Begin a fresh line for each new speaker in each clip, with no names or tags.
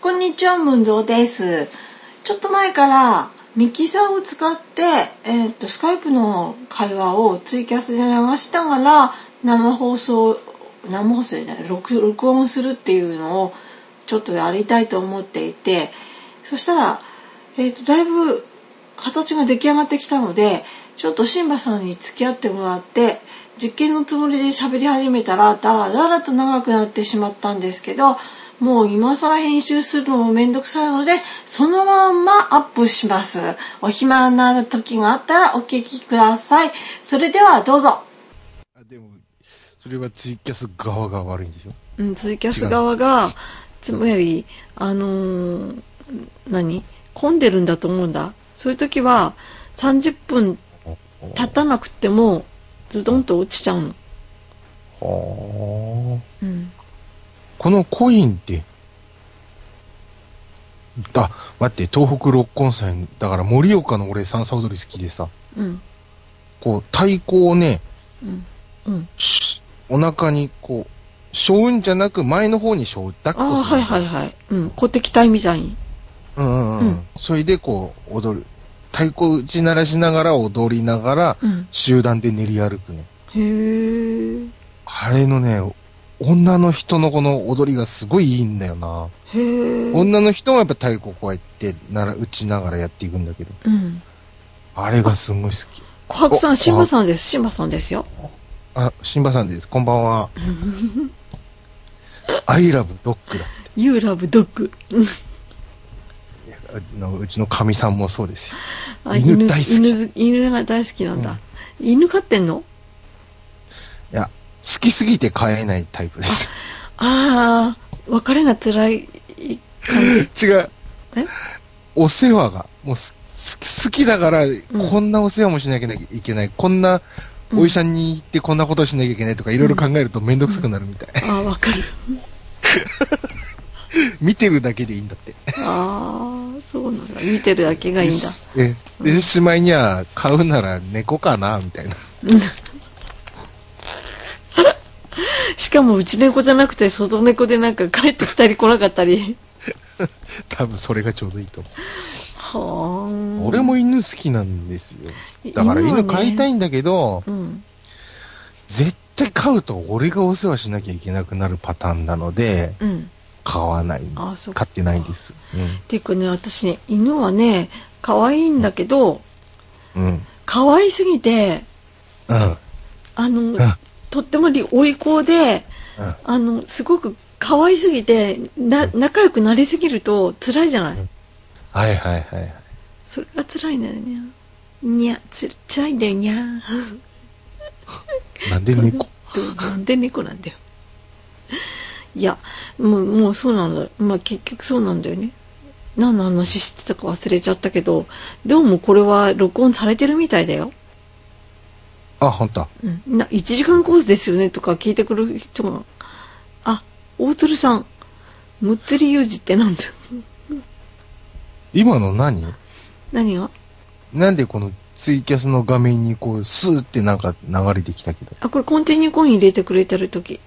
こんにちは、ムンゾーです。ちょっと前からミキサーを使って、えーっと、スカイプの会話をツイキャスで流しながら生放送、生放送じゃない、録録音するっていうのをちょっとやりたいと思っていて、そしたら、えーっと、だいぶ形が出来上がってきたので、ちょっとシンバさんに付き合ってもらって、実験のつもりで喋り始めたらだらだらと長くなってしまったんですけどもう今更編集するのもめんどくさいのでそのまんまアップしますお暇な時があったらお聞きくださいそれではどうぞ
あでも、それはツイキャス側が悪いんでしょ
うん、ツイキャス側がつまりあのー何混んでるんだと思うんだそういう時は30分経たなくてもズドンと落ちちゃうの、
はあ。
うん、
このコインって、あ、待って、東北六根祭、だから盛岡の俺三沢踊り好きでさ、
うん
こう、太鼓をね、
うんうん
しお腹にこう、背負うんじゃなく前の方に背負う。抱っ
ああ、
こす
は
る
いはいはい。うん、小敵隊みたいに。
うんうんうん。
うん
それでこう、踊る。太鼓打ち鳴らしながら踊りながら、
うん。
集団で練り歩くね。
へえ、
あれのね、女の人のこの踊りがすごいいいんだよな。
へえ。
女の人もやっぱ太鼓こうやってなら打ちながらやっていくんだけど、
うん。
あれがすごい好き。
琥珀さ
お
ん、シンバさんです。シンバさんですよ。
あ、シンバさんです。こんばんは。アイラブドッグだ。
You love dog.
あのうちのかみさんもそうですよ。
あ
犬大好き
犬。犬が大好きなんだ。犬飼ってんの
いや、好きすぎて飼えないタイプです。
ああ、別れが辛い感じ。
違う。
え
お世話が、もうすす好きだから、こんなお世話もしなきゃいけない。こんなお医者に行ってこんなことしなきゃいけないとか、いろいろ考えるとめんどくさくなるみたい。
ああ、わかる。
見てるだけでいいんだって。
ああ、そうなんだ。見てるだけがいいんだ。
え、で、しまいには、買うなら猫かな、みたいな。
しかも、うち猫じゃなくて、外猫でなんか帰ってきたり来なかったり。
多分それがちょうどいいと思
は
う。
あ。
俺も犬好きなんですよ。だから
犬はね
犬飼いたいんだけど、
うん。
絶対飼うと俺がお世話しなきゃいけなくなるパターンなので、
うん。
飼わない。
ああ、そう
飼ってないです。
っていうかね私ね犬はね可愛いんだけど
うん。うん。
可愛すぎて
うん。
あの、
ん
とってもりおい子で
うん
あのすごく可愛すぎてな仲良くなりすぎると辛いじゃない、
うんはいはいはい。
それが辛いんだよねにゃつ辛いんだよにゃ
なんで猫
どうなん で猫なんだよいやもうもうそうなんだまあ結局そうなんだよね何の話してたか忘れちゃったけどどうもこれは録音されてるみたいだよ
あ、ほんと。
うんな1時間コースですよねとか聞いてくる人があ大鶴さんむっつり有事ってなんだ
今の何
何が
なんでこのツイキャスの画面にこう、スーってなんか流れてきたけど。
あこれコンティニューコイン入れてくれてる時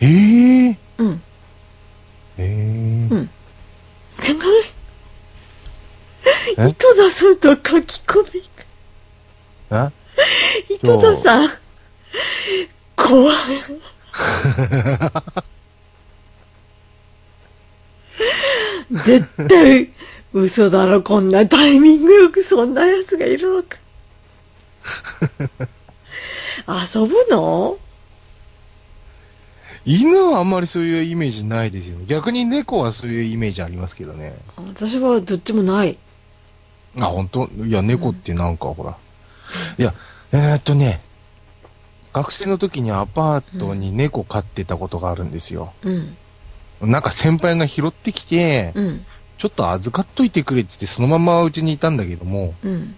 ええー。
うん
ええ
うん
え
井戸田さんと書き込み
あ
井戸田さん怖い絶対嘘だろこんなタイミングよくそんなやつがいるのか遊ぶの
犬はあんまりそういうイメージないですよね。逆に猫はそういうイメージありますけどね。
私はどっちもない
あ、本当いや、猫ってなんかほら。いや、えー、っとね、学生の時にアパートに猫飼ってたことがあるんですよ。
うん
なんか先輩が拾ってきて、
うん
ちょっと預かっといてくれってってそのままうちにいたんだけども、
うん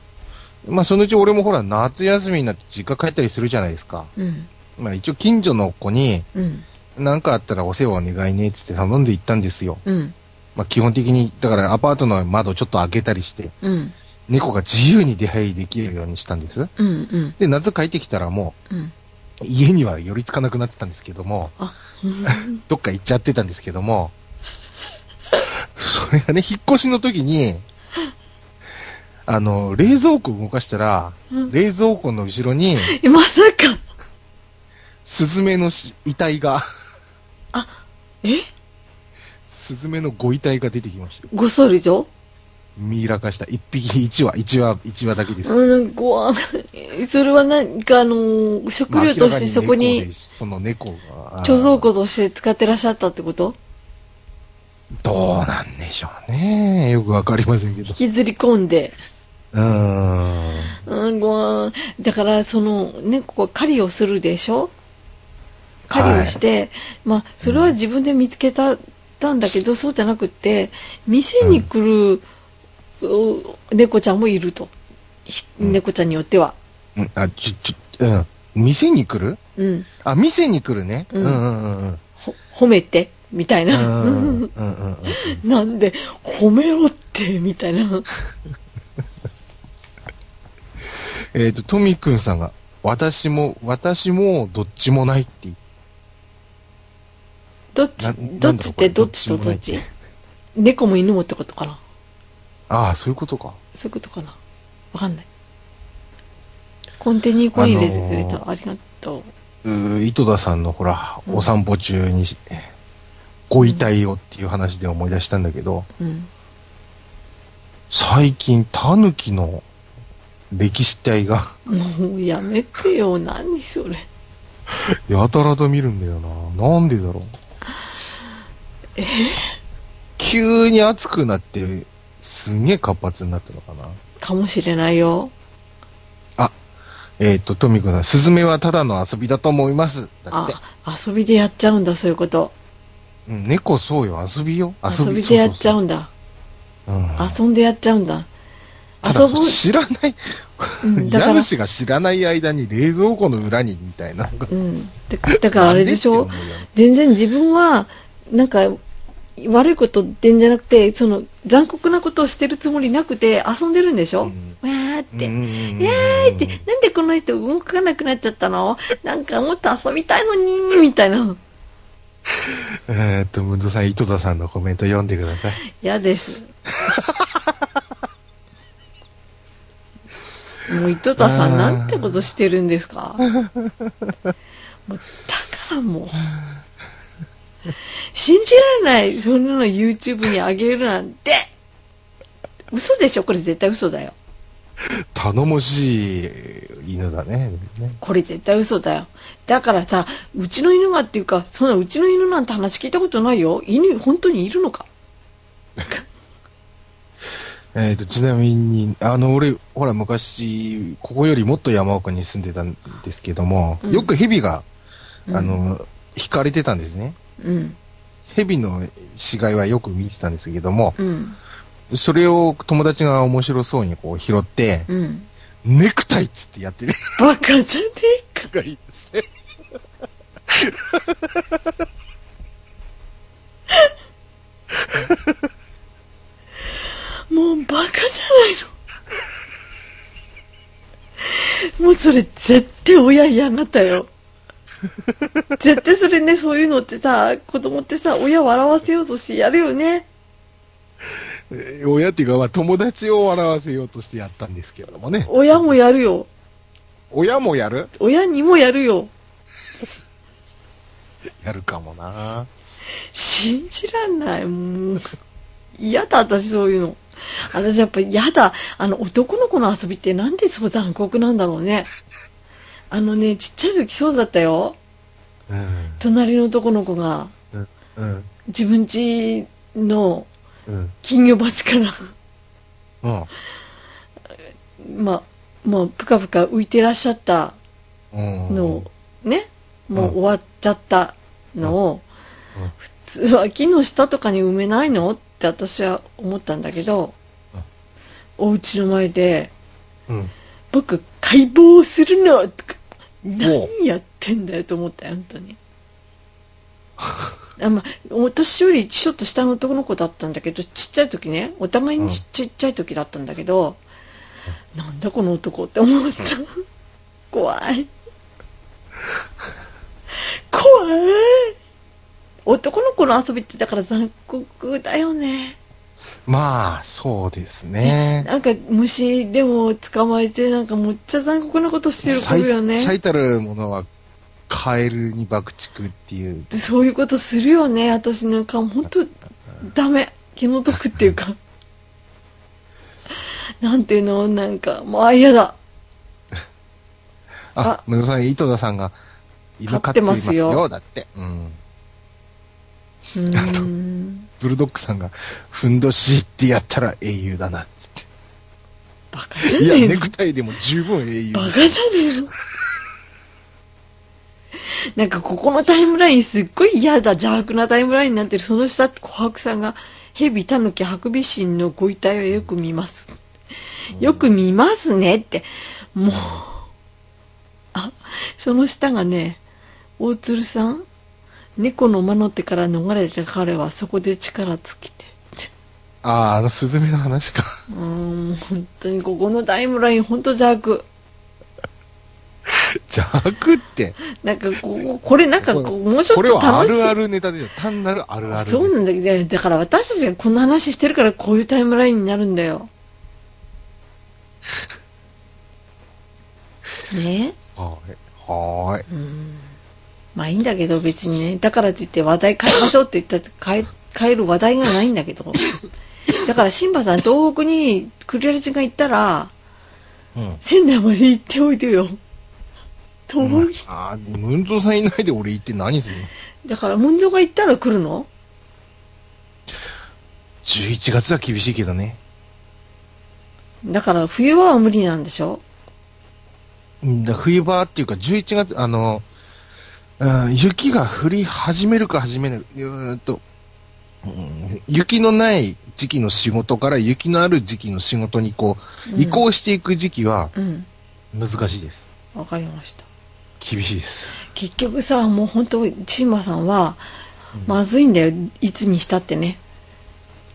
まあそのうち俺もほら夏休みになって実家帰ったりするじゃないですか。
うん
まあ一応近所の子に、
うん
なんかあったらお世話お願いねって言って頼んで行ったんですよ。
うん
まあ基本的に、だからアパートの窓ちょっと開けたりして、
うん
猫が自由に出入りできるようにしたんです。
うんうん
で、夏帰ってきたらも
うん
う、家には寄りつかなくなってたんですけども、
あ
どっか行っちゃってたんですけども、俺がね、引っ越しの時に、あの、冷蔵庫動かしたら、
うん
冷蔵庫の後ろに、
えまさか
スズメのし遺体が、
え
スズメのご遺体が出てきましたよ。
ごそりじょ
ミイラ化した。一匹、一羽、一羽、一羽だけです。
うんごわそれは何かあのー食料としてそこ
まあ明らか
に
猫でその猫が、
貯蔵庫として使ってらっしゃったってこと
どうなんでしょうね。よくわかりませんけど
引。きずり込んで
うーん。
うんごわだからその猫が狩りをするでしょ狩りをして、まあそれは自分で見つけた,、んだけどそうじゃなくって店に来る、お猫ちゃんもいると、ひ
うん
猫ちゃんによっては
うんあ、ちょ、ちょ、うん。店に来る
うん
あ、店に来るね。
う
うんんうんうんうん。
ほ褒めてみたい
うん
な、
うんうんうん。
なんで褒めろってみたいな
えっと、トミくんさんが、私も、私も、どっちもないって言っ
どっち
な
どっちってどっちとどっち
なんだろうこれどっち
猫
もない
も犬もってことかな
ああ、そういうことか。
そういうことかなわかんないコンテニーコイン入れてくれた、
あの
ありがとう
うー井戸田さんのほら、
うん
お散歩中に、ご遺体をっていう話で思い出したんだけど、
うん
最近、タヌキの歴史体が、
もうやめてよ何それ
やたらと見るんだよな。なんでだろう。急に暑くなって、すんげえ活発になったのかな。
かもしれないよ
えっ、と、トミコさん、スズメはただの遊びだと思います。だって。
あ遊びでやっちゃうんだそういうこと
うん、猫そうよ、遊びよ。
遊びでやっちゃうんだ
そうそうそう。うん
遊んでやっちゃうんだ
ただ
遊ぶ
知らない、
うんだから
家主が知らない間に冷蔵庫の裏にみたいな。
うんだだからあれでしょ
なんって思うよね
全然自分はなんか悪いことでんじゃなくてその残酷なことをしてるつもりなくて遊んでるんでしょ、わーって、
うんうんうん
わーってなんでこの人動かなくなっちゃったのなんかもっと遊びたいのにみたいな
えーっと、ムンドさん、井戸田さんのコメント読んでください。
嫌ですもう井戸田さ
あ
ん
ー
なんてことしてるんですかもうだからもう信じられないそんなの YouTube に上げるなんて嘘でしょこれ絶対嘘だよ
頼もしい犬だね。ね
これ絶対嘘だよだからさうちの犬がっていうかそんなうちの犬なんて話聞いたことないよ犬本当にいるのか
えーっと、ちなみに、あの、俺、ほら、昔、ここよりもっと山奥に住んでたんですけども、
うん
よく蛇が、
うん
あの、惹かれてたんですね。
うん
蛇の死骸はよく見てたんですけども、
うん
それを友達が面白そうにこう拾って、
うん
ネクタイっつってやってる
バカじゃねえか
人がいまして。
もうバカじゃないのもうそれ絶対親嫌になったよ絶対それねそういうのってさ子供ってさ親笑わせようとしてやるよね
えー親っていうか、まあ、友達を笑わせようとしてやったんですけれどもね。
親もやるよ
親もやる
親にもやるよ
やるかもな。
信じらんないもう嫌だ私そういうの私やっぱ嫌だあの男の子の遊びってなんでそう残酷なんだろうねあのねちっちゃい時そうだったよ
うん。
隣の男の子が
うん。
自分家の
うん。
金魚鉢から、
うん。
まあ、まあ、ぷかぷか浮いてらっしゃった
うん。
のを、ね、もう
うん
終わっちゃったのを
うんうん、
普通は木の下とかに埋めないのって私は思ったんだけど
う
お
ん、
家の前で、
うん。
僕、解剖するのとか、
お
何やってんだよと思ったよ、本当に。 あまあ、お年よりちょっと下の男の子だったんだけどちっちゃい時ねお互いにちちっちゃい時だったんだけど、なんだこの男って思った怖い怖い男の子の遊びってだから残酷だよね
まあ、そうですね。
なんか虫でも捕まえてなんかむっちゃ残酷なことしてる子よ
最
ね
最たるものは、カエルに爆竹っていう。
そういうことするよね私なんか本当ダメ気の毒っていう かなんていうのなんかもうあ嫌だあ
あ、むさん、井戸田さんが、今飼ってますよ。
飼
だって。うん。
うーん
ブルドッグさんが、ふんどしってやったら英雄だな、っつっ
バカじゃ
て。
ね
いや、
え
ネ
の
クタイでも十分英雄
バカじゃねえのなんかここのタイムラインすっごい嫌だ邪悪なタイムラインになってるその下琥珀さんが蛇タヌキハクビシンのご遺体をよく見ますよく見ますねってもうあその下がね大鶴さん猫の魔の手から逃れた彼はそこで力尽きてって
ああ、あの、スズメの話か。
うーん本当にここのタイムライン本当邪悪
邪悪って。
なんかこう、これなんかこう、もうちょ
こ
っ
れ
と
はあ
楽しい
る。あるネタでしょ。単なるあるある。
そうなんだけど、だから私たちがこんな話してるからこういうタイムラインになるんだよ。ね
はい。はーい。
まあいいんだけど別にね。だからといって話題変えましょうって言ったって変え、変える話題がないんだけど。だから新馬さん、東北にクリアルチが行ったら、
うん。
仙台まで行っておいでよ。遠い。
ああ、ムンゾーさんいないで俺行って何するの
だから、文蔵が行ったら来るの
?11 月は厳しいけどね。
だから冬は無理なんでしょ
うんだ冬場っていうか、11月、あの、うん、雪が降り始めるか始める、うーんと、うん雪のない時期の仕事から雪のある時期の仕事にこ
う
う、
ん
移行していく時期は
うん。
難しいです。
わかりました
厳しいです。
結局さもう本当チーマさんはまずいんだよいつにしたってね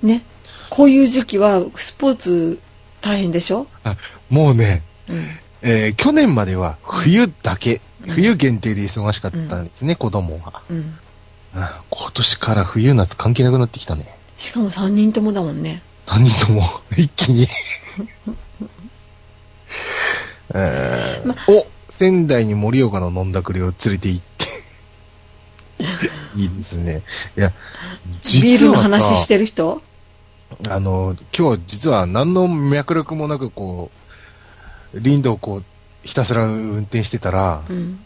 ねこういう時期はスポーツ大変でしょ、
あもうね、
うん、
えー去年までは冬だけ、冬限定で忙しかったんですね、子供は。
うん
あ今年から冬夏関係なくなってきたね。
しかも3人ともだもんね
3人とも 一 気にえーお仙台に盛岡の飲んだくれを連れて行って いいですねいや
ビー
実
ルの
は
話し
さ
てる人
あの今日実は何の脈絡もなくこう林道をこうひたすら運転してたら、
うん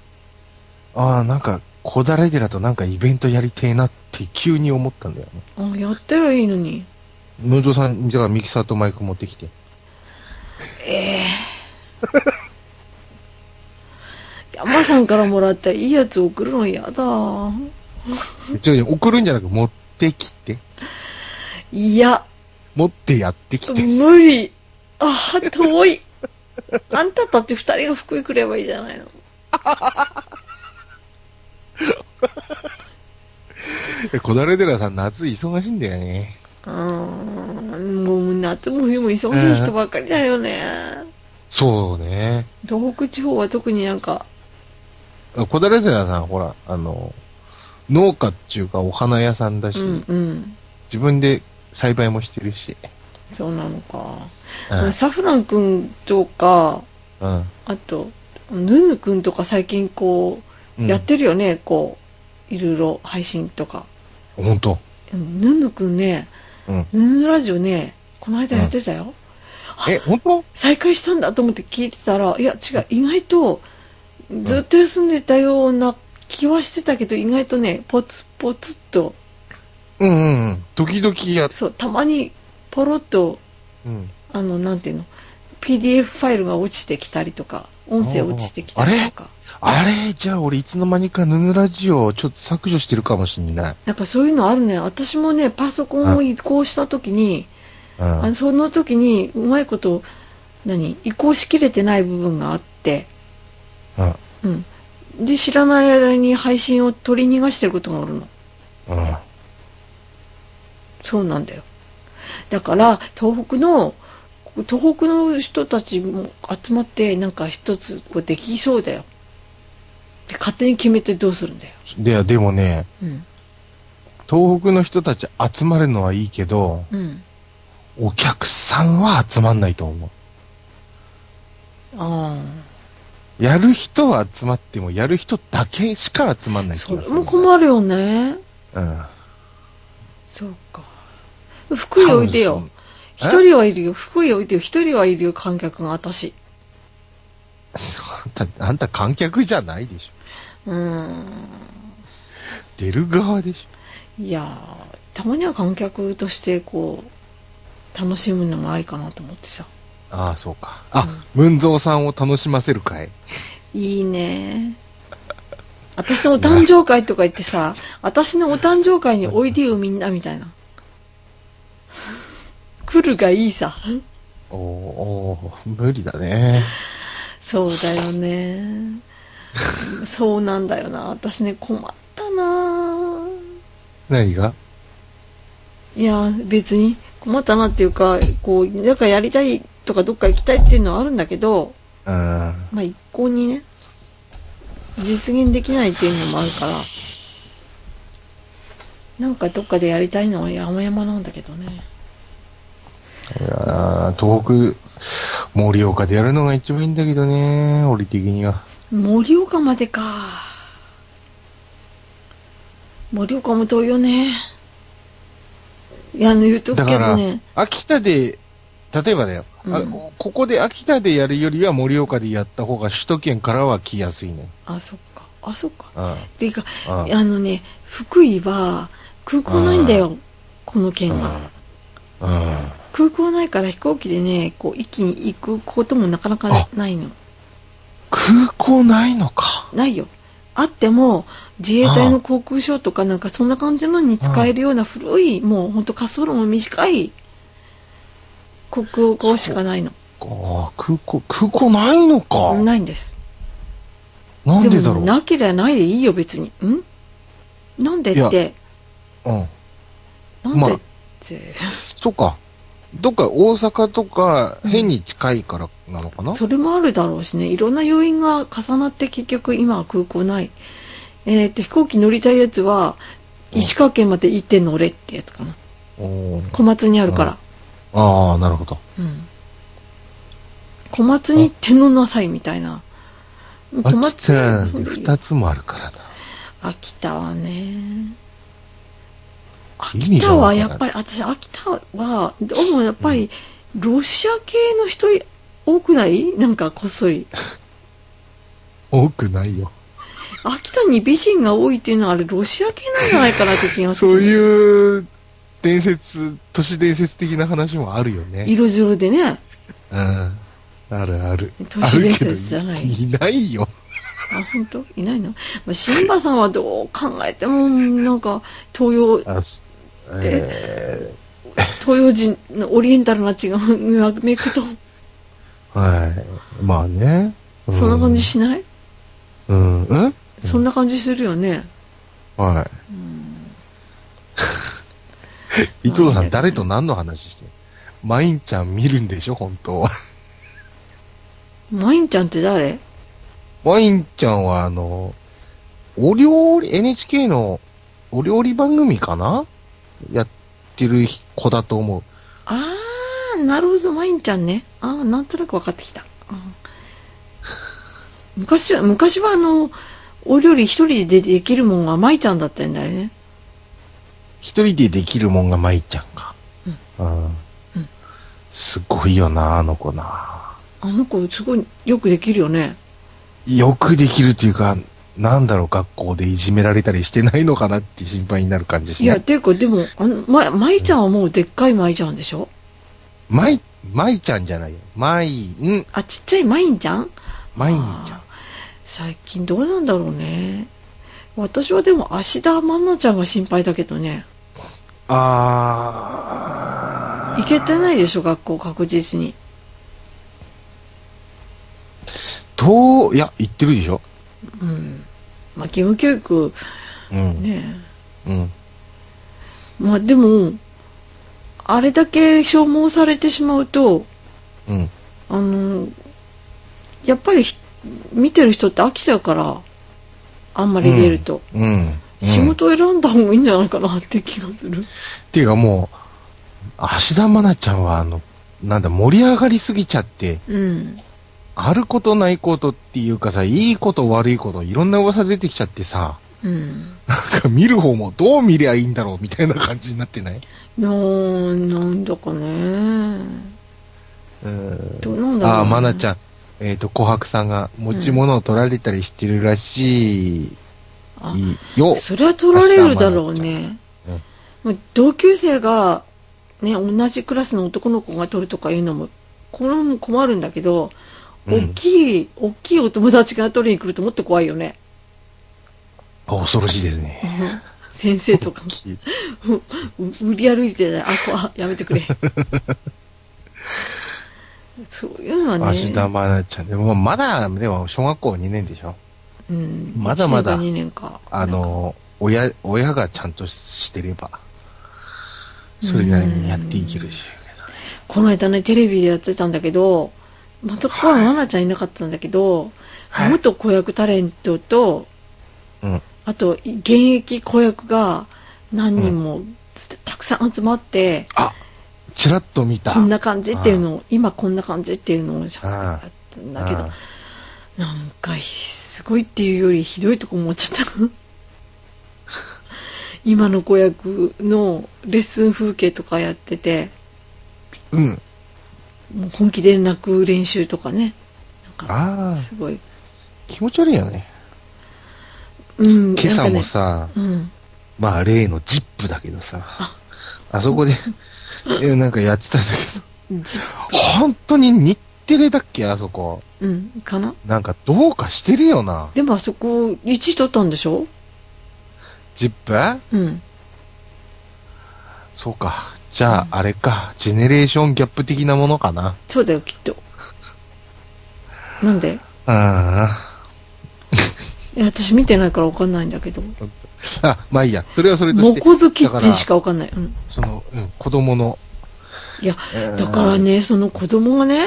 ああなんか小だれ寺となんかイベントやりてえなって急に思ったんだよね
あやったらいいのに
農場さんだからミキサーとマイク持ってきて
ええ山さんからもらったいいやつ送るの嫌だ
違う違う送るんじゃなく持ってきて
いや
持ってやってきて。
無理ああ遠いあんたたち二人が福井来ればいいじゃないの
こだれ寺さん、夏忙しいんだよね。
うーんもう夏も冬も忙しい人ばっかりだよね、
そうね。
東北地方は特になんか
こだれ寺さん、ほら、あの、農家っていうかお花屋さんだし、
うんうん
自分で栽培もしてるし。
そうなのか、
うん。
サフラン君とか
うん
あとヌヌ君とか最近こう、
うん
やってるよねこういろいろ配信とか
ほんと。
うんヌヌ君ね
うん。
ヌヌラジオねこの間やってたよ、
え、ほんと
再開したんだと思って聞いてたらいや違う意外とずっと休んでたような気はしてたけど意外とねポツポツっと
うんうんうん。時々や、
そうたまにポロっと
うん。
あのなんていうの PDF ファイルが落ちてきたりとか音声落ちてきたりとか
あれじゃあ俺いつの間にかヌヌラジオをちょっと削除してるかもしんない。
なんかそういうのあるね私もねパソコンを移行した時に
う
あの
ん。
その時にうまいこと何移行しきれてない部分があって
うん。
うんで知らない間に配信を取り逃がしてることがあるの
うん。
そうなんだよだから東北の東北の人たちも集まってなんか一つこうできそうだよで勝手に決めてどうするんだよ、
で、でもね、
うん
東北の人たち集まるのはいいけど、
うん、
お客さんは集まんないと思
うん
う。やる人は集まっても、やる人だけしか集まんない気
そ
が
れ
する。
も困るよね
うん。
そうか福井おいで
多
よ
分そ
一
う。え
人はいるよ福井おいでよ一人はいるよ観客が私
あんた、あんた観客じゃないでしょ。
うん
出る側でし
いやーたまには観客としてこう楽しむのもありかなと思ってさ
ょ。ああ、そうか。あ、文蔵さんを楽しませる会。
いいね私のお誕生会とか言ってさ私のお誕生会においでよみんなみたいな来るがいいさ
おーおー無理だね。
そうだよねそうなんだよな私ね困ったな
何が
いや別に困ったなっていうかこうなんかやりたいとかどっか行きたいっていうのはあるんだけど
うん。
まあ一向にね実現できないっていうのもあるからなんかどっかでやりたいのは山々なんだけどね
あー東北、盛岡でやるのが一番いいんだけどね、俺的には。
盛岡までか盛岡も遠いよねいやあの言うと
だ
く
か
けど
ら
ね、
秋田で、例えばだよ、あ
うん
ここで秋田でやるよりは盛岡でやった方が首都圏からは来やすいね。
あそっかあそっか
うん。うん
っていうか
うん
あのね福井は空港ないんだよこの県は
うん。
空港ないから飛行機でねこう一気に行くこともなかなか
あ
ないの
空港ないのか。
ないよあっても自衛隊の航空ショーとかなんかそんな感じのに使えるような古いもうほんと滑走路も短い国語しかないの
あー空港、空港ないのか。
ないんです
なんでだ
も
ろう。
なけりゃないでいいよ別にんなんで
いや
って
うん。
なん
ま
で
あ
って、
そっか。どっか大阪とか変に近いからなのかな、
それもあるだろうしねいろんな要因が重なって結局今は空港ないえっ、と飛行機乗りたいやつは
うん
石川県まで行って乗れってやつかな
おー
小松にあるから、
ああ、なるほど。
うん、小松に行って乗んなさいみたいな小
秋
松
田なんて二つもあるからな。
秋田はね
意味
秋
が
田
わ
は
からない
やっぱり私秋田はどうもやっぱりロシア系の人多くないなんかこっそり
多くないよ。
秋田に美人が多いっていうのはあれロシア系なんじゃないかなって気がする
そういう伝説、都市伝説的な話もあるよね。
色白でね
うん。あるある。
都市伝説じゃない
あるけどいないよ。
あ本当いないの、まあ、新馬さんはどう考えてもなんか東洋
あすえ
東洋人のオリエンタルな血がめくと
ー、はい。まあね。う
そんな感じしない、
うん。うん
そんな感じするよね
はい。 伊藤さん、誰と何の話してんマインちゃん見るんでしょ、本当は。
マインちゃんって誰
マインちゃんは、あの、お料理、NHK のお料理番組かなやってる子だと思う。
ああなるほどマインちゃんねああなんとなく分かってきた、うん昔は昔はあのお料理一人でできるもんはマイちゃんだったんだよね
一人でできるもんがマイちゃんか。うん。
うん
すごいよな、あの子な。
あの子すごいよくできるよね
よくできるというか、なんだろう、学校でいじめられたりしてないのかなって心配になる感じし
い
な
や
い
ていうかでもあのま舞ちゃんはもうでっかい舞ちゃんでしょ
マイ、マイちゃんじゃないよ。マイン、
あちっちゃい舞ちゃん
マインちゃ
あー最近どうなんだろうね私はでも芦田愛菜ちゃんが心配だけどね
ん。あ
行けてないでしょ学校確実に
ー、と、いや、言ってるでしょ。
うんまあ義務教育
うん。
ね
うん。
まあでもあれだけ消耗されてしまうと
うん。
あのやっぱりひ見てる人って飽きちゃうからあんまり出ると、
うん。
仕事を選んだ方がいいんじゃないかなって気がする、
っていうかも芦田愛菜ちゃんは、あの、なんだ、盛り上がりすぎちゃって、
うん
あることないことっていうかさ、いいこと悪いこと、いろんな噂出てきちゃってさ、
うん
なんか見る方もどう見りゃいいんだろうみたいな感じになってない
いやーなんだかね
うん。
どうなんだろう、ね、
ああ、愛菜ちゃん。えっ、と、琥珀さんが持ち物を取られたりしてるらしい
あ
よ。
それは取られるだろうね、もう同級生が、ね、同じクラスの男の子が取るとかいうのもこれも困るんだけど
うん
大きい、大きいお友達が取りに来るともっと怖いよ ね
あ恐ろしいですね。
先生とかもう売り歩いてたらあこあやめてく れそういうのはね
芦田愛菜ちゃん。でも、まだ、でも、小学校2年でしょ
うん、
まだまだ
1年か2年か
あの、親、親がちゃんとしてれば、それなりにやっていけるし。
この間ねテレビでやってたんだけどまたこは愛菜ちゃんいなかったんだけど、
はい
元子役タレントと
うん。
あと現役子役が何人もつたくさん集まって、
あちらっと見た。
こんな感じっていうのを今こんな感じっていうのをし
あ
ゃ
あ
ったんだけ
あ
ど
あ
なんかひすごいっていうよりひどいとこ思っちゃった 今の子役のレッスン風景とかやってて
うん。
もう本気で泣く練習とかねなんか
ああ、
すごい、
気持ち悪いよね。
うん、
今朝も
なんか
さ、
ね、うん
まあ例のジップだけどさ、あそ こで、えなんかやってたんだけど、
じ
本当に日テレだっけあそこ。
うんかな
なんかどうかしてるよな。
でもあそこ1位取ったんでしょ
ジップ
うん
そうか。じゃあ、あれか。ジェネレーションギャップ的なものかな。
そうだよきっとなんで
あ
いや私見てないから分かんないんだけど
あ。あ、まあいいや。それはそれとし
モ
て。
コズキッチンしか分かんない、うん、
その、うん、子供の。
いや
えー
だから。ねその子供がね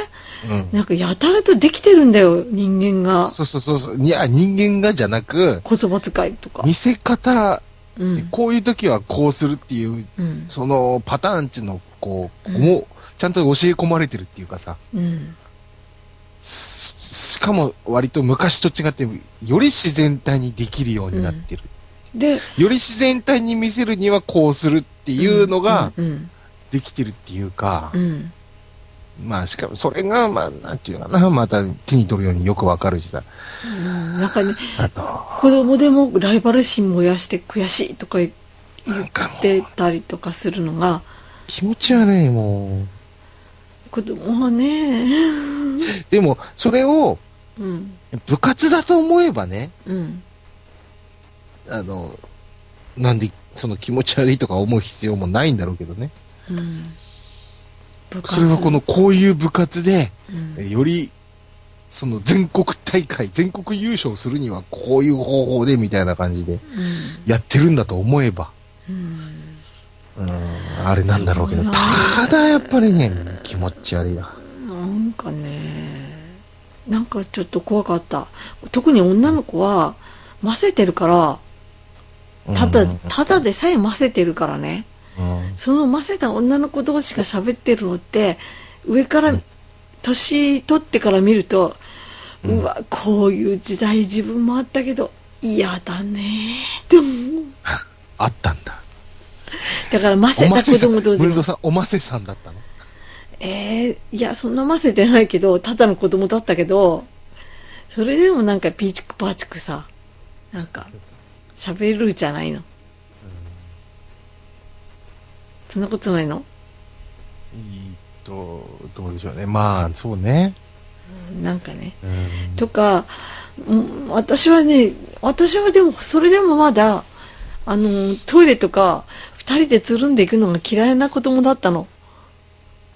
うん。
なんかやたらとできてるんだよ人間が
そうそうそうそう。いや、人間がじゃな
言
く、
葉遣いとか
見せ方、
うん
こういう時はこうするっていう、
うん
そのパターンっちの、こう、
うん
もう、ちゃんと教え込まれてるっていうかさ。
うん
ししかも、割と昔と違って、より自然体にできるようになってる。
で
より自然体に見せるにはこうするっていうのが、
うん
できてるっていうか、
うん、うん
まあ、しかも、それが、まあ、なんていうかな、また手に取るようによくわかるしさ。
うんなんかね
あと、
子供でもライバル心燃やして悔しいとか言
なんかも
っ
う、
てたりとかするのが
気持ち悪い、も
子供はね
う。でも、それを、
うん
部活だと思えばね、
うん
あの、なんで、その気持ち悪いとか思う必要もないんだろうけどね。
うん部
それはこの、こういう部活で、
うん
より、その全国大会、全国優勝するにはこういう方法でみたいな感じで
うん
やってるんだと思えば、
うん
うん、あれなんだろうけど、
そう
ただやっぱりね、気持ち悪いな。
なんかねなんかちょっと怖かった特に女の子はませてるからただ
うん
ただでさえませてるからね
うん
そのませた女の子同士が喋ってるのって上から
うん
年取ってから見ると、う
うん
わこういう時代自分もあったけど嫌だねって思う
あったんだ。
だからませた子供同
文
士
蔵
も
さん、おませさんだったの
えー、いやそんなませてないけどただの子供だったけどそれでもなんかピーチクパーチクさなんか喋るじゃないのそんなことないの
えーっと、どうでしょうね。まあ、そうね。
なんかね
うん
とか、うん私はね私はでもそれでもまだあのトイレとか2人でつるんでいくのが嫌いな子供だったの、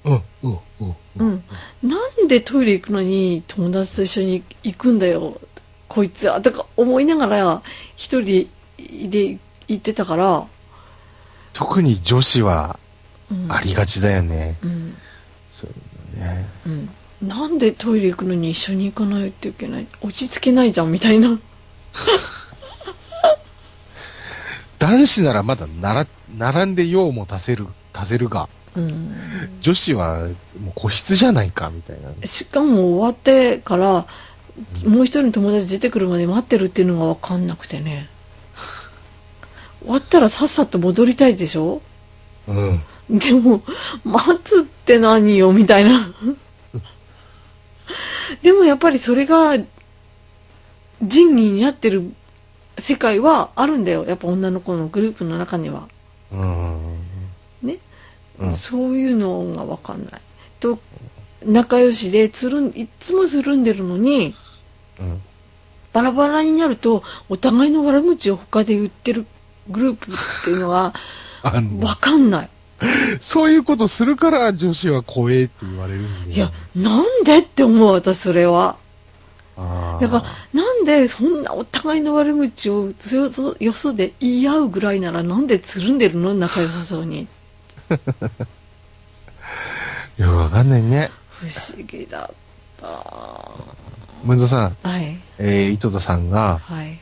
うん、うん、うん。
う
うん
ん、なんでトイレ行くのに友達と一緒に行くんだよこいつはとか思いながら一人で行ってたから、
特に女子は
うん
ありがちだよね。
うん
そうだね。
うん、なんでトイレ行くのに一緒に行かないといけない落ち着けないじゃんみたいな
男子ならまだなら、並んで用も足せる、足せるが、
うん、
女子はもう個室じゃないか、みたいな。
しかも終わってからもう一人の友達出てくるまで待ってるっていうのが分かんなくてね終わったらさっさと戻りたいでしょ
うん。
でも待つって何よみたいなでもやっぱりそれが仁義になってる世界はあるんだよやっぱ女の子のグループの中には
うん。
ね、
うん
そういうのが分かんないと仲良しでつるんいっつもつるんでるのに
うん。
バラバラになるとお互いの悪口を他で言ってるグループっていうのは
あの
分、かんない
そういうことするから女子は怖えって言われるんで。
いやなんでって思う私それは
あー
だからなんでそんなお互いの悪口を強そよそで言い合うぐらいならなんでつるんでるの仲良さそうに
いや、わかんないね。
不思議だったは
ムンドさん、
い
えー、井戸田さんが、
はい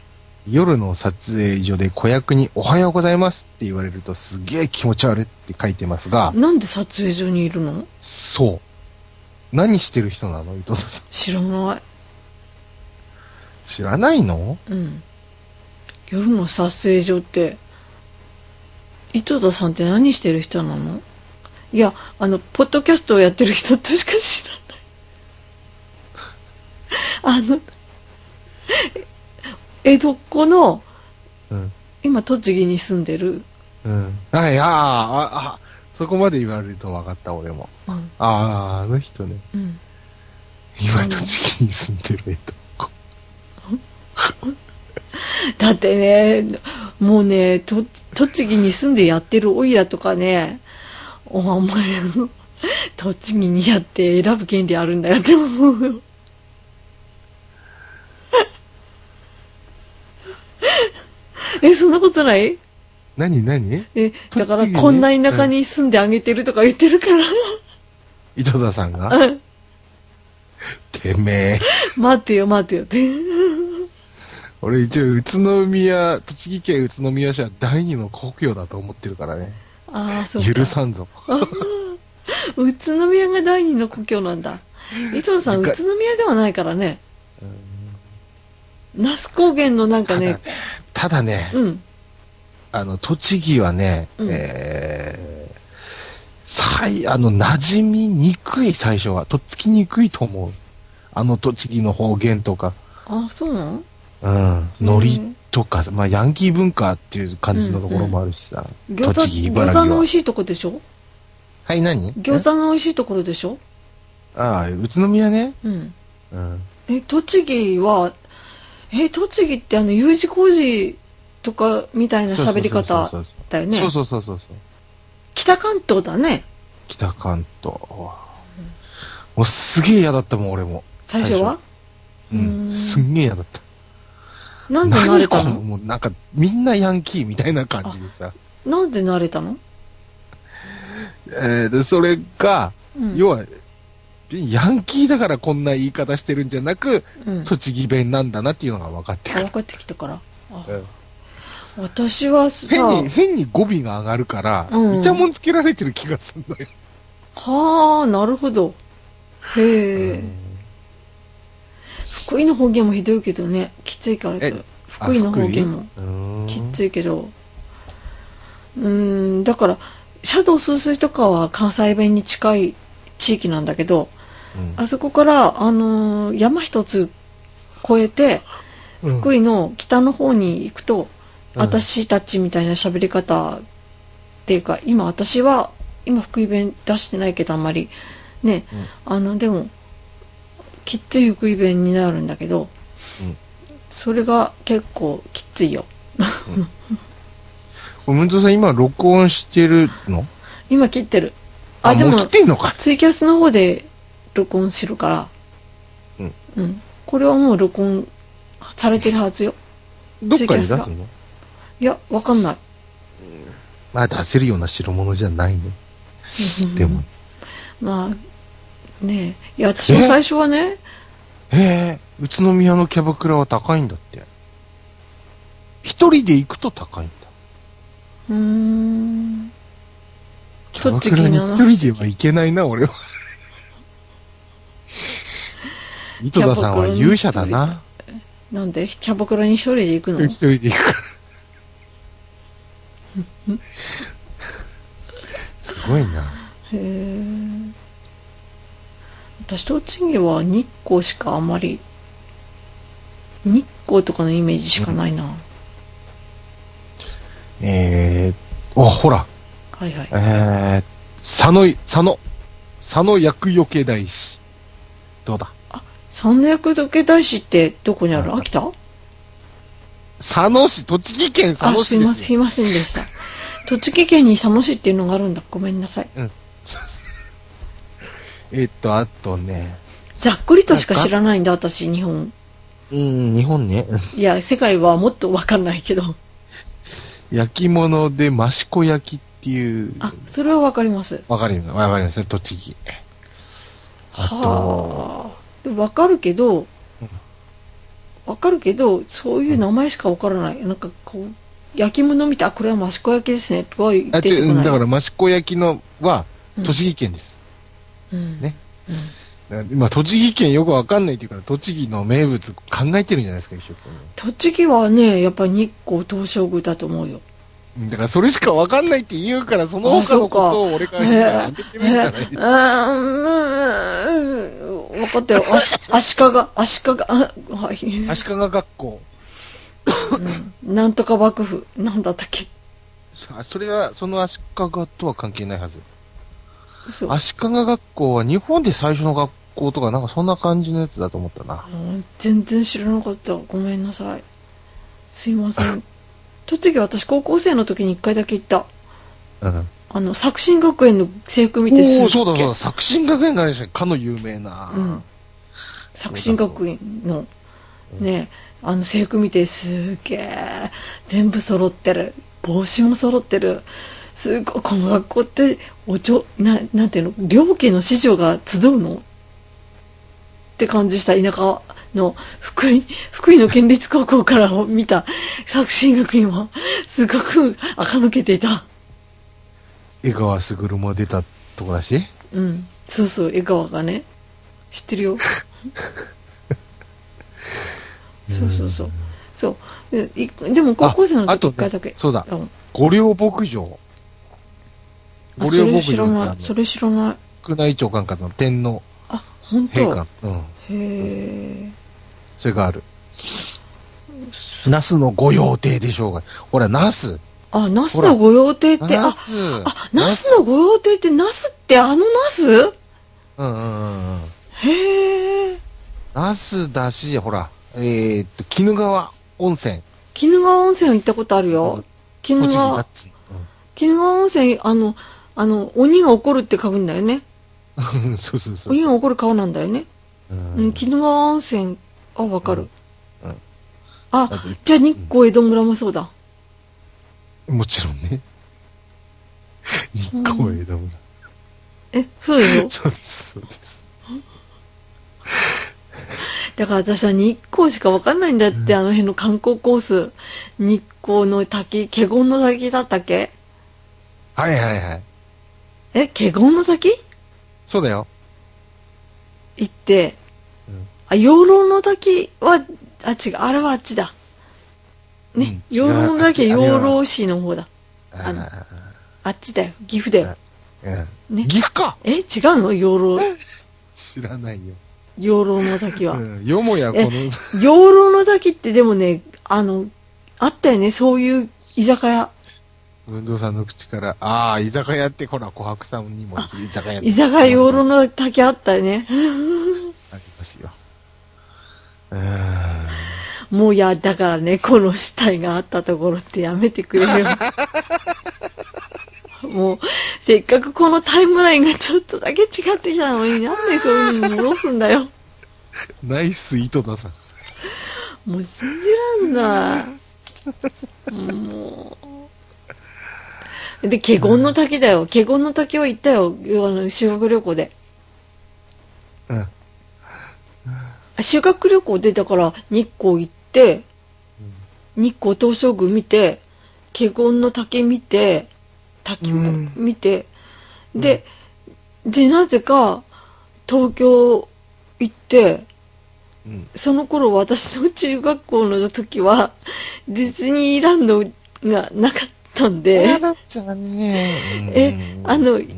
夜の撮影所で子役におはようございますって言われるとすげえ気持ち悪いって書いてますが、
なんで撮影所にいるの
そう。何してる人なの伊藤さん。
知らない
知らないの
うん夜の撮影所って井戸田さんって何してる人なのいやあのポッドキャストをやってる人としか知らない あの江戸っ子の
うん。
今栃木に住んでる、
うん。はい、あーあ、あ、そこまで言われると分かった、俺も。
うん
ああ、あの人ね。
うん、
今、栃木に住んでるえっと。
だってねもうねと栃木に住んでやってるオイラとかねお前お前栃木にやって選ぶ権利あるんだよって思うよえそんなことない
何何
えだから
栃木ね
こんな田舎に住んであげてるとか言ってるから
伊藤田さんがてめえ。
待てよ待てよって
俺一応、宇都宮、栃木県宇都宮市は第二の故郷だと思ってるからね。
ああそうか
許さんぞ。
宇都宮が第二の故郷なんだ伊藤さん
なんか
宇都宮ではないからね那須高原のなんかね
ただね、
うん
あの、栃木はね、
うん
えー、最、あの、馴染みにくい最初は。とっつきにくいと思う。あの栃木の方言とか、
あそうなの
うん、
うん
ノリとか、まあ、ヤンキー文化っていう感じのところもあるしさ。
餃子
栃木、
餃
茨城
子
は。
の美味しいとこでしょ
はい、何
餃子の美味しいところでしょ
子ああ、宇都宮ね。
うん
うん。
え栃木はえ栃木ってあの U 字工事とかみたいな喋り方
そうそう
だよ
そ
ね
うそうそうそうそうそう。
北関東だね
北関東は。もうすげえ嫌だったもん、俺も。
最初は
う。
うんん
すんげえ嫌だった。
なんで慣れた
何こ
の
もうなんか、みんなヤンキーみたいな感じでさ。
なんで慣れたの、
えーで、それが、
うん、
要は、ヤンキーだからこんな言い方してるんじゃなく、
うん、
栃木弁なんだなっていうのが分かって
あ
くる
分。かってきたからあ
うん
私はさ
変に、変に語尾が上がるから、
うん
いちゃもんつけられてる気がすんのよ。
はあなるほどへえ、福井の方言もひどいけどねきついから
え
福井の方言も
も
きついけどうーんだからシャドウスースイとかは関西弁に近い地域なんだけどあそこから、あのー山一つ越えて福
井、
井の北の方に行くと、
うん
私たちみたいな喋り方っていうか今私は今福井弁出してないけどあんまりね、あのでもきっつい福井弁になるんだけど、
うん
それが結構きついよ
うん。ムントさん今録音してるの
今切ってるあで
も
も
う来てんのか。
ツイキャスの方で録音してるから
うん、
うん、これはもう録音されてるはずよ
どっかに出す
ツイキャ
の
いやわかんない
まあ出せるような代物じゃないの。でも。
まあねえいや私も最初はね
へえ、宇都宮のキャバクラは高いんだって。一人で行くと高いんだ。
うーん
キャバクラに一人ではいけないな、俺は。井戸田さんは勇者だな。
なんでキャバクラに一人で行くの
一人で行くから。すごいな。
へえ私栃木は日光しかあまり日光とかのイメージしかないな、
えー、あ、ほら、
はいはい
えー、佐野い、佐野、佐野薬よけ大師。どうだ
三役時計大師ってどこにある
あ
秋田
佐野市、栃木県佐
あ
野
す
市
いません
です
すい
よ。
ませんでした栃木県に佐野市っていうのがあるんだごめんなさい
えっと、あとね、
ざっくりとしか知らないんだ私日本
うん、日本ね、
いや世界はもっとわかんないけど
焼き物で益子焼きっていう、
あそれはわかります
わかります、わかります、栃木。あと
はあでもわかるけどわかるけどそういう名前しかわからないなんかこう焼き物見てあこれは益子焼きですねとは言
あ、
って
違
こ
う、
ない
だから益子焼きのは、
うん
栃木県です。
うん
ね
うん
だから今、栃木県よくわかんないっていうから、栃木の名物考えてるんじゃないですか、一生懸
栃木はねやっぱり日光東照宮だと思うよ
命。だから、それしかわかんないって言うから、その
あ
他
そ
の
うか
ことを俺から言ったら当ててみるじゃないですか。
あーうん、分かったよ。あし、足利、足利、あ、はい。
足利学校。
うんなんとか幕府。なんだったっけ
あそれは、その足利とは関係ないはず。
嘘。
足利学校は日本で最初の学校とか、なんかそんな感じのやつだと思ったな。
うん全然知らなかった。ごめんなさい。すいませ ん。栃木私高校生の時に一回だけ行った。
うん。
あの、作新学園の制服見てすっ
お
げ
おそうだそうだ、作新学園があれでしたねかの有名な。
うん。作新学院のねあの制服見てすげえ全部揃ってる帽子も揃ってるすごいこの学校っておちょななんていうの両家の子女が集うのって感じした田舎の福井福井の県立高校から見た作新学院はすごく垢抜けていた
江川卓も出たとこだし。
うんそうそう江川がね知ってるよそうそうそうそうでいでも高校生の
ああ
時
と
一回だ
ね
け
そうだ
ん
五稜牧場。
あ
五
そ
稜
れ
牧
知
場
ら
って
な
あの
いそれ知らない
宮内庁管轄の天皇
あ本当
陛
へ
下。うん。
え
それがある。ナスの御用邸でしょうが。ほら、ナス。
あナスの御用邸って
ナ
あ
ス。
あナスの御用邸ってナスってあのナス
うんうんうんうん。
へえ
ナスだし、ほら、えー、っと、鬼怒川温泉。
鬼怒川温泉は行ったことあるよ鬼怒
栃木ナッ
川
ツ。
鬼怒川温泉あのあの鬼が怒るって書くんだよね
うん そうそうそう。
鬼が怒る顔なんだよね
うん
うん、鬼怒川温泉、あ、わかる。
うんうんあ
あ
と、
じゃあ日光江戸村もそうだ。
もちろんね。 日光江戸村。。
え、そうですよ
そうです、そうです。
だから私は日光しかわかんないんだって、あの辺の観光コース。日光の滝、華厳の滝だったっけ
はいはいはい。
え、華厳の滝
そうだよ。
行って
うん、
あ、養老の滝は、あ、違う、あれはあっちだ。ね、
うん
養老の滝
違う
は
あれは
養老市の方だ。あの
あ
あっちだよ。岐阜だよ。
ーうん
ね
岐阜か
え、違うの養老、
知らないよ。
養老の滝は
う。んよもやこの、
養老の滝ってでもね、あの、あったよね、そういう居酒屋。
文蔵さんの口から、ああ、居酒屋って、ほら、琥珀さんにも居酒屋
居酒屋養老の滝あったよね。
ありますよ。うーん。
もういや、だからね、この死体があったところってやめてくれよ。もう、せっかくこのタイムラインがちょっとだけ違ってきたのに、なんでそういうのに戻すんだよ。
ナイス井戸田さん。
もう信じらんない。もう。で、華厳の滝だよ。華厳の滝は行ったよ。あの、修学旅行で。
うん。
修学旅行でだから日光行って、日光東照宮見て華厳の滝見て滝も見て、で、で、なぜか、東京行って、
うん。
その頃私の中学校の時は、 ディズニーランドがなかったんで、
だったね。
えあの
うん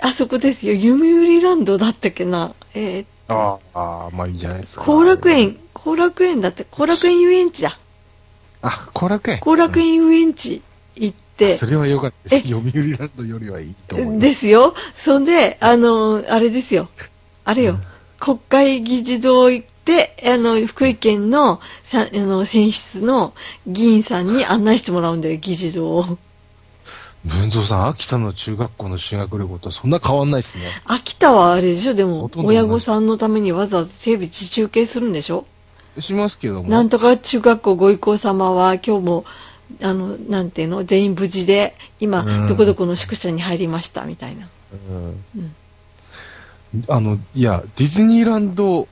あそこですよ、読売ランドだったっけな。えー
ああ、まあいいじゃないですか。
後楽。園、後楽園だって、後楽園遊園地だ。
あ、後楽園。
後楽園遊園地行って
そ、れは良かったです。
え
読売ランドよりはいいと思います。
ですよ。そんで、あのーあれですよ。あれよ。国会議事堂行って、あの、福井県の、さあの、選出の議員さんに案内してもらうんだよ、議事堂を。
文蔵さん、秋田の中学校の修学旅行とそんな変わんないですね。
秋田はあれでしょ、でも
ほ、とんど同じ
親御さんのためにわざわざ整備地中継するんでしょ
しますけども。
なんとか中学校ご意向様は今日も、あの、なんていうの、全員無事で、今、
うん
どこどこの宿舎に入りました、みたいな。
うんあの、いや、ディズニーランド、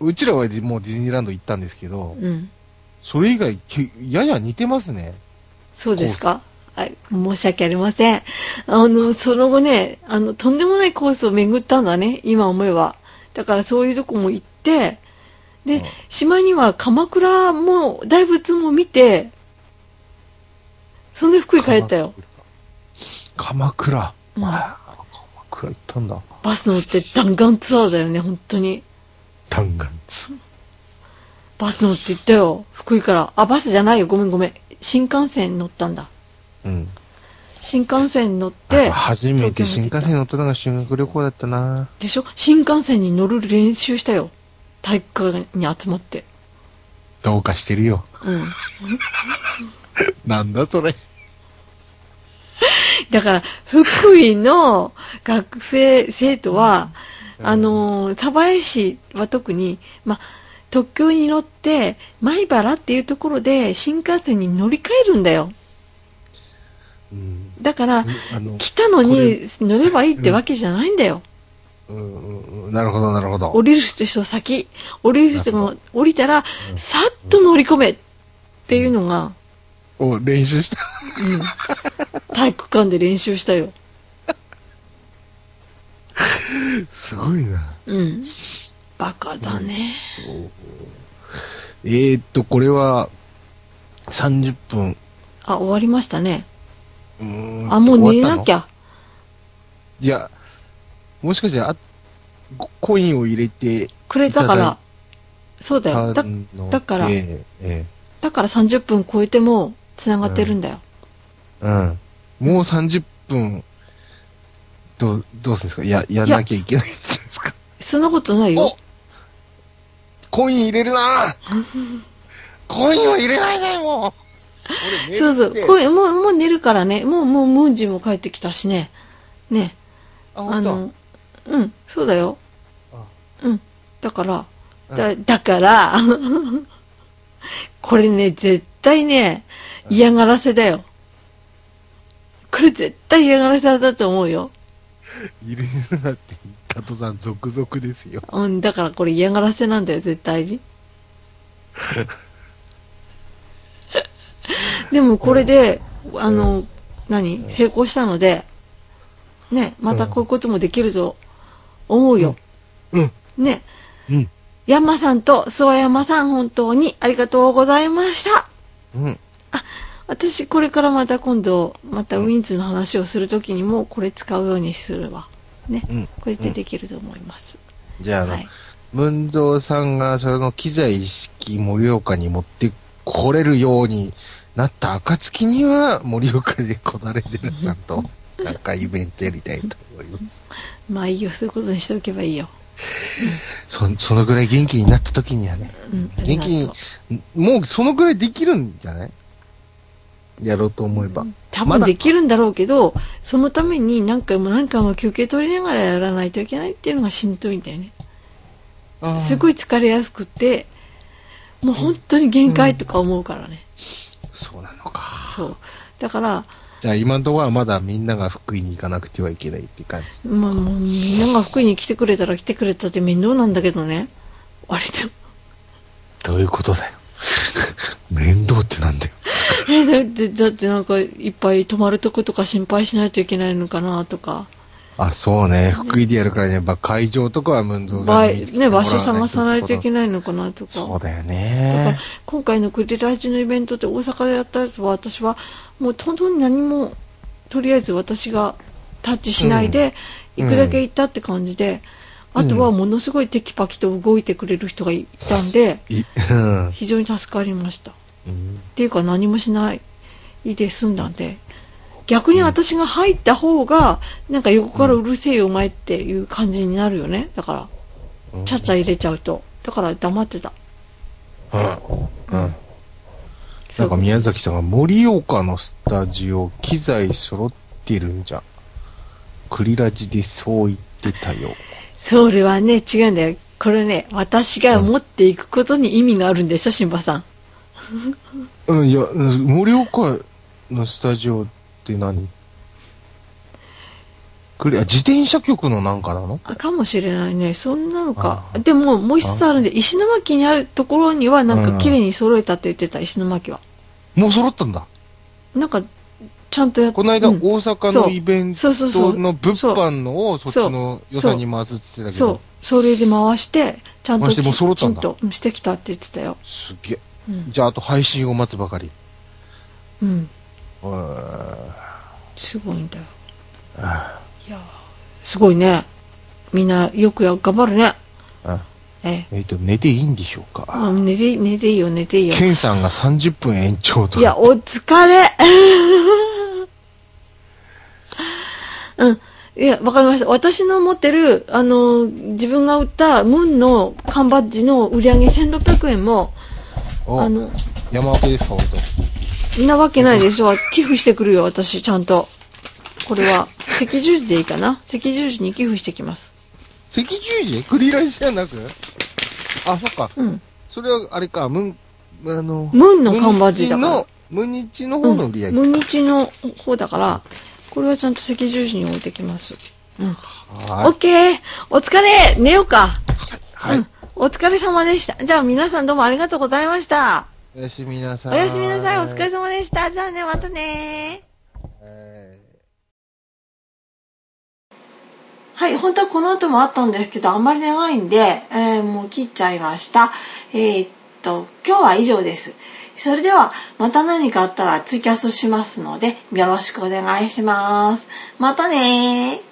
うちらはもうディズニーランド行ったんですけど、
うん。
それ以外、けやや似てますね。
そうですかはい、申し訳ありません。あの、その後ね、あの、とんでもないコースを巡ったんだね、今思えば。だからそういうとこも行って、
うん
で、しまいには鎌倉も大仏も見て、そんで福井帰ったよ。
鎌倉。
うん
ああ鎌倉行ったんだ。
バス乗って弾丸ツアーだよね、本当に。
弾丸ツ。
バス乗って行ったよ、福井から。あ、バスじゃないよ、ごめんごめん。新幹線乗ったんだ。
うん。
新幹線乗って、
で、初めて新幹線乗ったのが修学旅行だったな。
でしょ新幹線に乗る練習したよ体育館に集まって
どうかしてるよ。
うん
なんだそれ。
だから福井の学生生徒は、
うん
あのー鯖江市は特にま特急に乗って米原っていうところで新幹線に乗り換えるんだよ
うん。
だから
あの、
来たの
こ
に
れ
乗ればいいってわけじゃないんだよ、
うんうんうん、なるほど、なるほど。
降りる人先降りる人
な
が
る
降りたら
うん
さっと乗り込めっていうのが、
お、練習した。
うん、体育館で練習したよ
すごいな。
うん。バカだね。
えーっと、これは、30分。
あ、終わりましたね。
うーん
あ、もう寝なき。ゃ。
いや、もしかしたら、あコインを入れて
くれたか
いただ
ら。そうだよ。
た
だ、
の
だから
ええ
だから30分超えても繋がってるんだよ。
ええうん。もう30分、どう、どうするんですかいや、やんなきゃいけないんですか
そんなことないよ
お。コイン入れる なコインは入れないね、もう俺
そうそう。
寝て
声、もう、もう寝るからね。もう、もう、ムーンジも帰ってきたしね。ね。
あ、
あ
本当
の、うん、そうだよ。
あ
うん。だから、
う
だ、だから、 これね、絶対ね、嫌がらせだよ。これ絶対嫌がらせだと思うよ。
入れるなって言ったとさん続々ですよ。
うん、だからこれ嫌がらせなんだよ、絶対 に。でもこれで、あの、何成功したので、ね、またこういうこともできると思うよ。
うん。
ね、
うん。
ヤンマさんと諏訪山さん本当にありがとうございました。
うん。
私これからまた今度、またウィンズの話をするときにもこれ使うようにするわ。ね、
うん
これでできると思います。
じゃあ、あの
はい。
文蔵さんがその機材一式盛岡に持ってこれるようになった暁には盛岡でこだれてるさん となんかイベントやりたいと思います。
まあいいよ、そういうことにしておけばいいよ。
そそのぐらい元気になった時にはね。
うん、あり
元
が
気
とう
に、もうそのぐらいできるんじゃないやろうと思えば。
多
ま
分
だ
できるんだろうけど、そのために何回も何回も休憩取りながらやらないといけないっていうのがしんどいんだよね。すご
い。
い疲れやすくって、もう本当に限界とか思うからね。
そうなのか。
そう。だから、
じゃあ今のところはまだみんなが福井に行かなくてはいけないって感じ。
まあもうみんなが福井に来てくれたら来てくれたって面倒なんだけどね。割と。
どういうことだよ。 面倒ってなんだよ。
え、だって、だってなんかいっぱい泊まるとことか心配しないといけないのかなとか。
あ、そうね。福井でやるからね、やっぱ会場とかはムンゾー
ば
さん
い
に。
ね、場所探さないといけ
ない。
ないのかなとか。
そう
だ
だよ
から
ね。
今回のクリラジのイベントで大阪でやったやつは私はもう本当に何もとりあえず私がタッチしないで
うん
行くだけ行ったって感じで、
うん
あとはものすごいテキパキと動いてくれる人がいたんで
いうん。
非常に助かりましたっ
うん
ていうか何もしないで済んだんで逆に私が入った方がなんか横からうるせえよお前っていう感じになるよねだからちゃちゃ入れちゃうとだから黙ってた
うん。うん。
そ
な
うん
か宮崎さんが盛岡のスタジオ、機材揃ってるんじゃん。クリラジでそう言ってたよ。
それはね、違うんだよ。これね、私が持っていくことに意味があるんでしょ、シンバさん。
うん、いや、盛岡のスタジオって何クリあ、自転車局のなんかなの
あかもしれないね。そんなのか
あ。
でも、もう一つあるんで、石巻にあるところには、なんか綺麗に揃えたって言ってた、石巻は。
もう揃ったんだ。なん
か、ちゃんとやっ
この間、
うん
大阪
そ
の
う
イベン
そうそうそ
ト
う。
の物販のをそ
そう
っちの予算に回すって言ってたけ
そう
ど。。
それで回して、ちゃんと
回してもう揃っ
き
た
ち
ん
ん
だ
とうんしてきたって言ってたよ。
すげえ。
うん。
じゃあ、あと配信を待つばかり。
うん。
うん
すごいんだよ。いやーすごいね。みんな、よくや、頑張るね。
うん
ええ。
えっ、と、寝ていいんでしょうか、
うん寝て、寝ていいよ、寝ていいよ。
ケンさんが30分延長と。
いや、お疲れ。 うん。いや、わかりました。私の持ってる、あの、自分が売ったムーンの缶バッジの売り上げ1600円も、
お
あの、
山分けですか、本
んなわけないでしょ。寄付してくるよ、私、ちゃんと。これは、赤十字でいいかな。赤十字に寄付してきます。
当。赤十字クリラジじゃなくあ、そっか。
うん。
それは、あれか、ムン、あの、
ムンの缶バッジだから
ムンニチの、
う
ムンニチの方
ん
の売り上げ。
無日の方だから、これはちゃんと赤十字に置いてきます。うん。オッ
は
ケーお疲れ寝ようか
い。はい。
うん、お疲れ様でした。じゃあ皆さんどうもありがとうございました。
おやすみなさ
お
い。
やすみなさい。お疲れ様でした。じゃあね、またね
えー
はい、本当はこの後もあったんですけど、あんまり長いんで、えーもう切っちゃいました。えーっと、今日は以上です。それでは、また何かあったらツイキャスしますので、よろしくお願いします。またねー。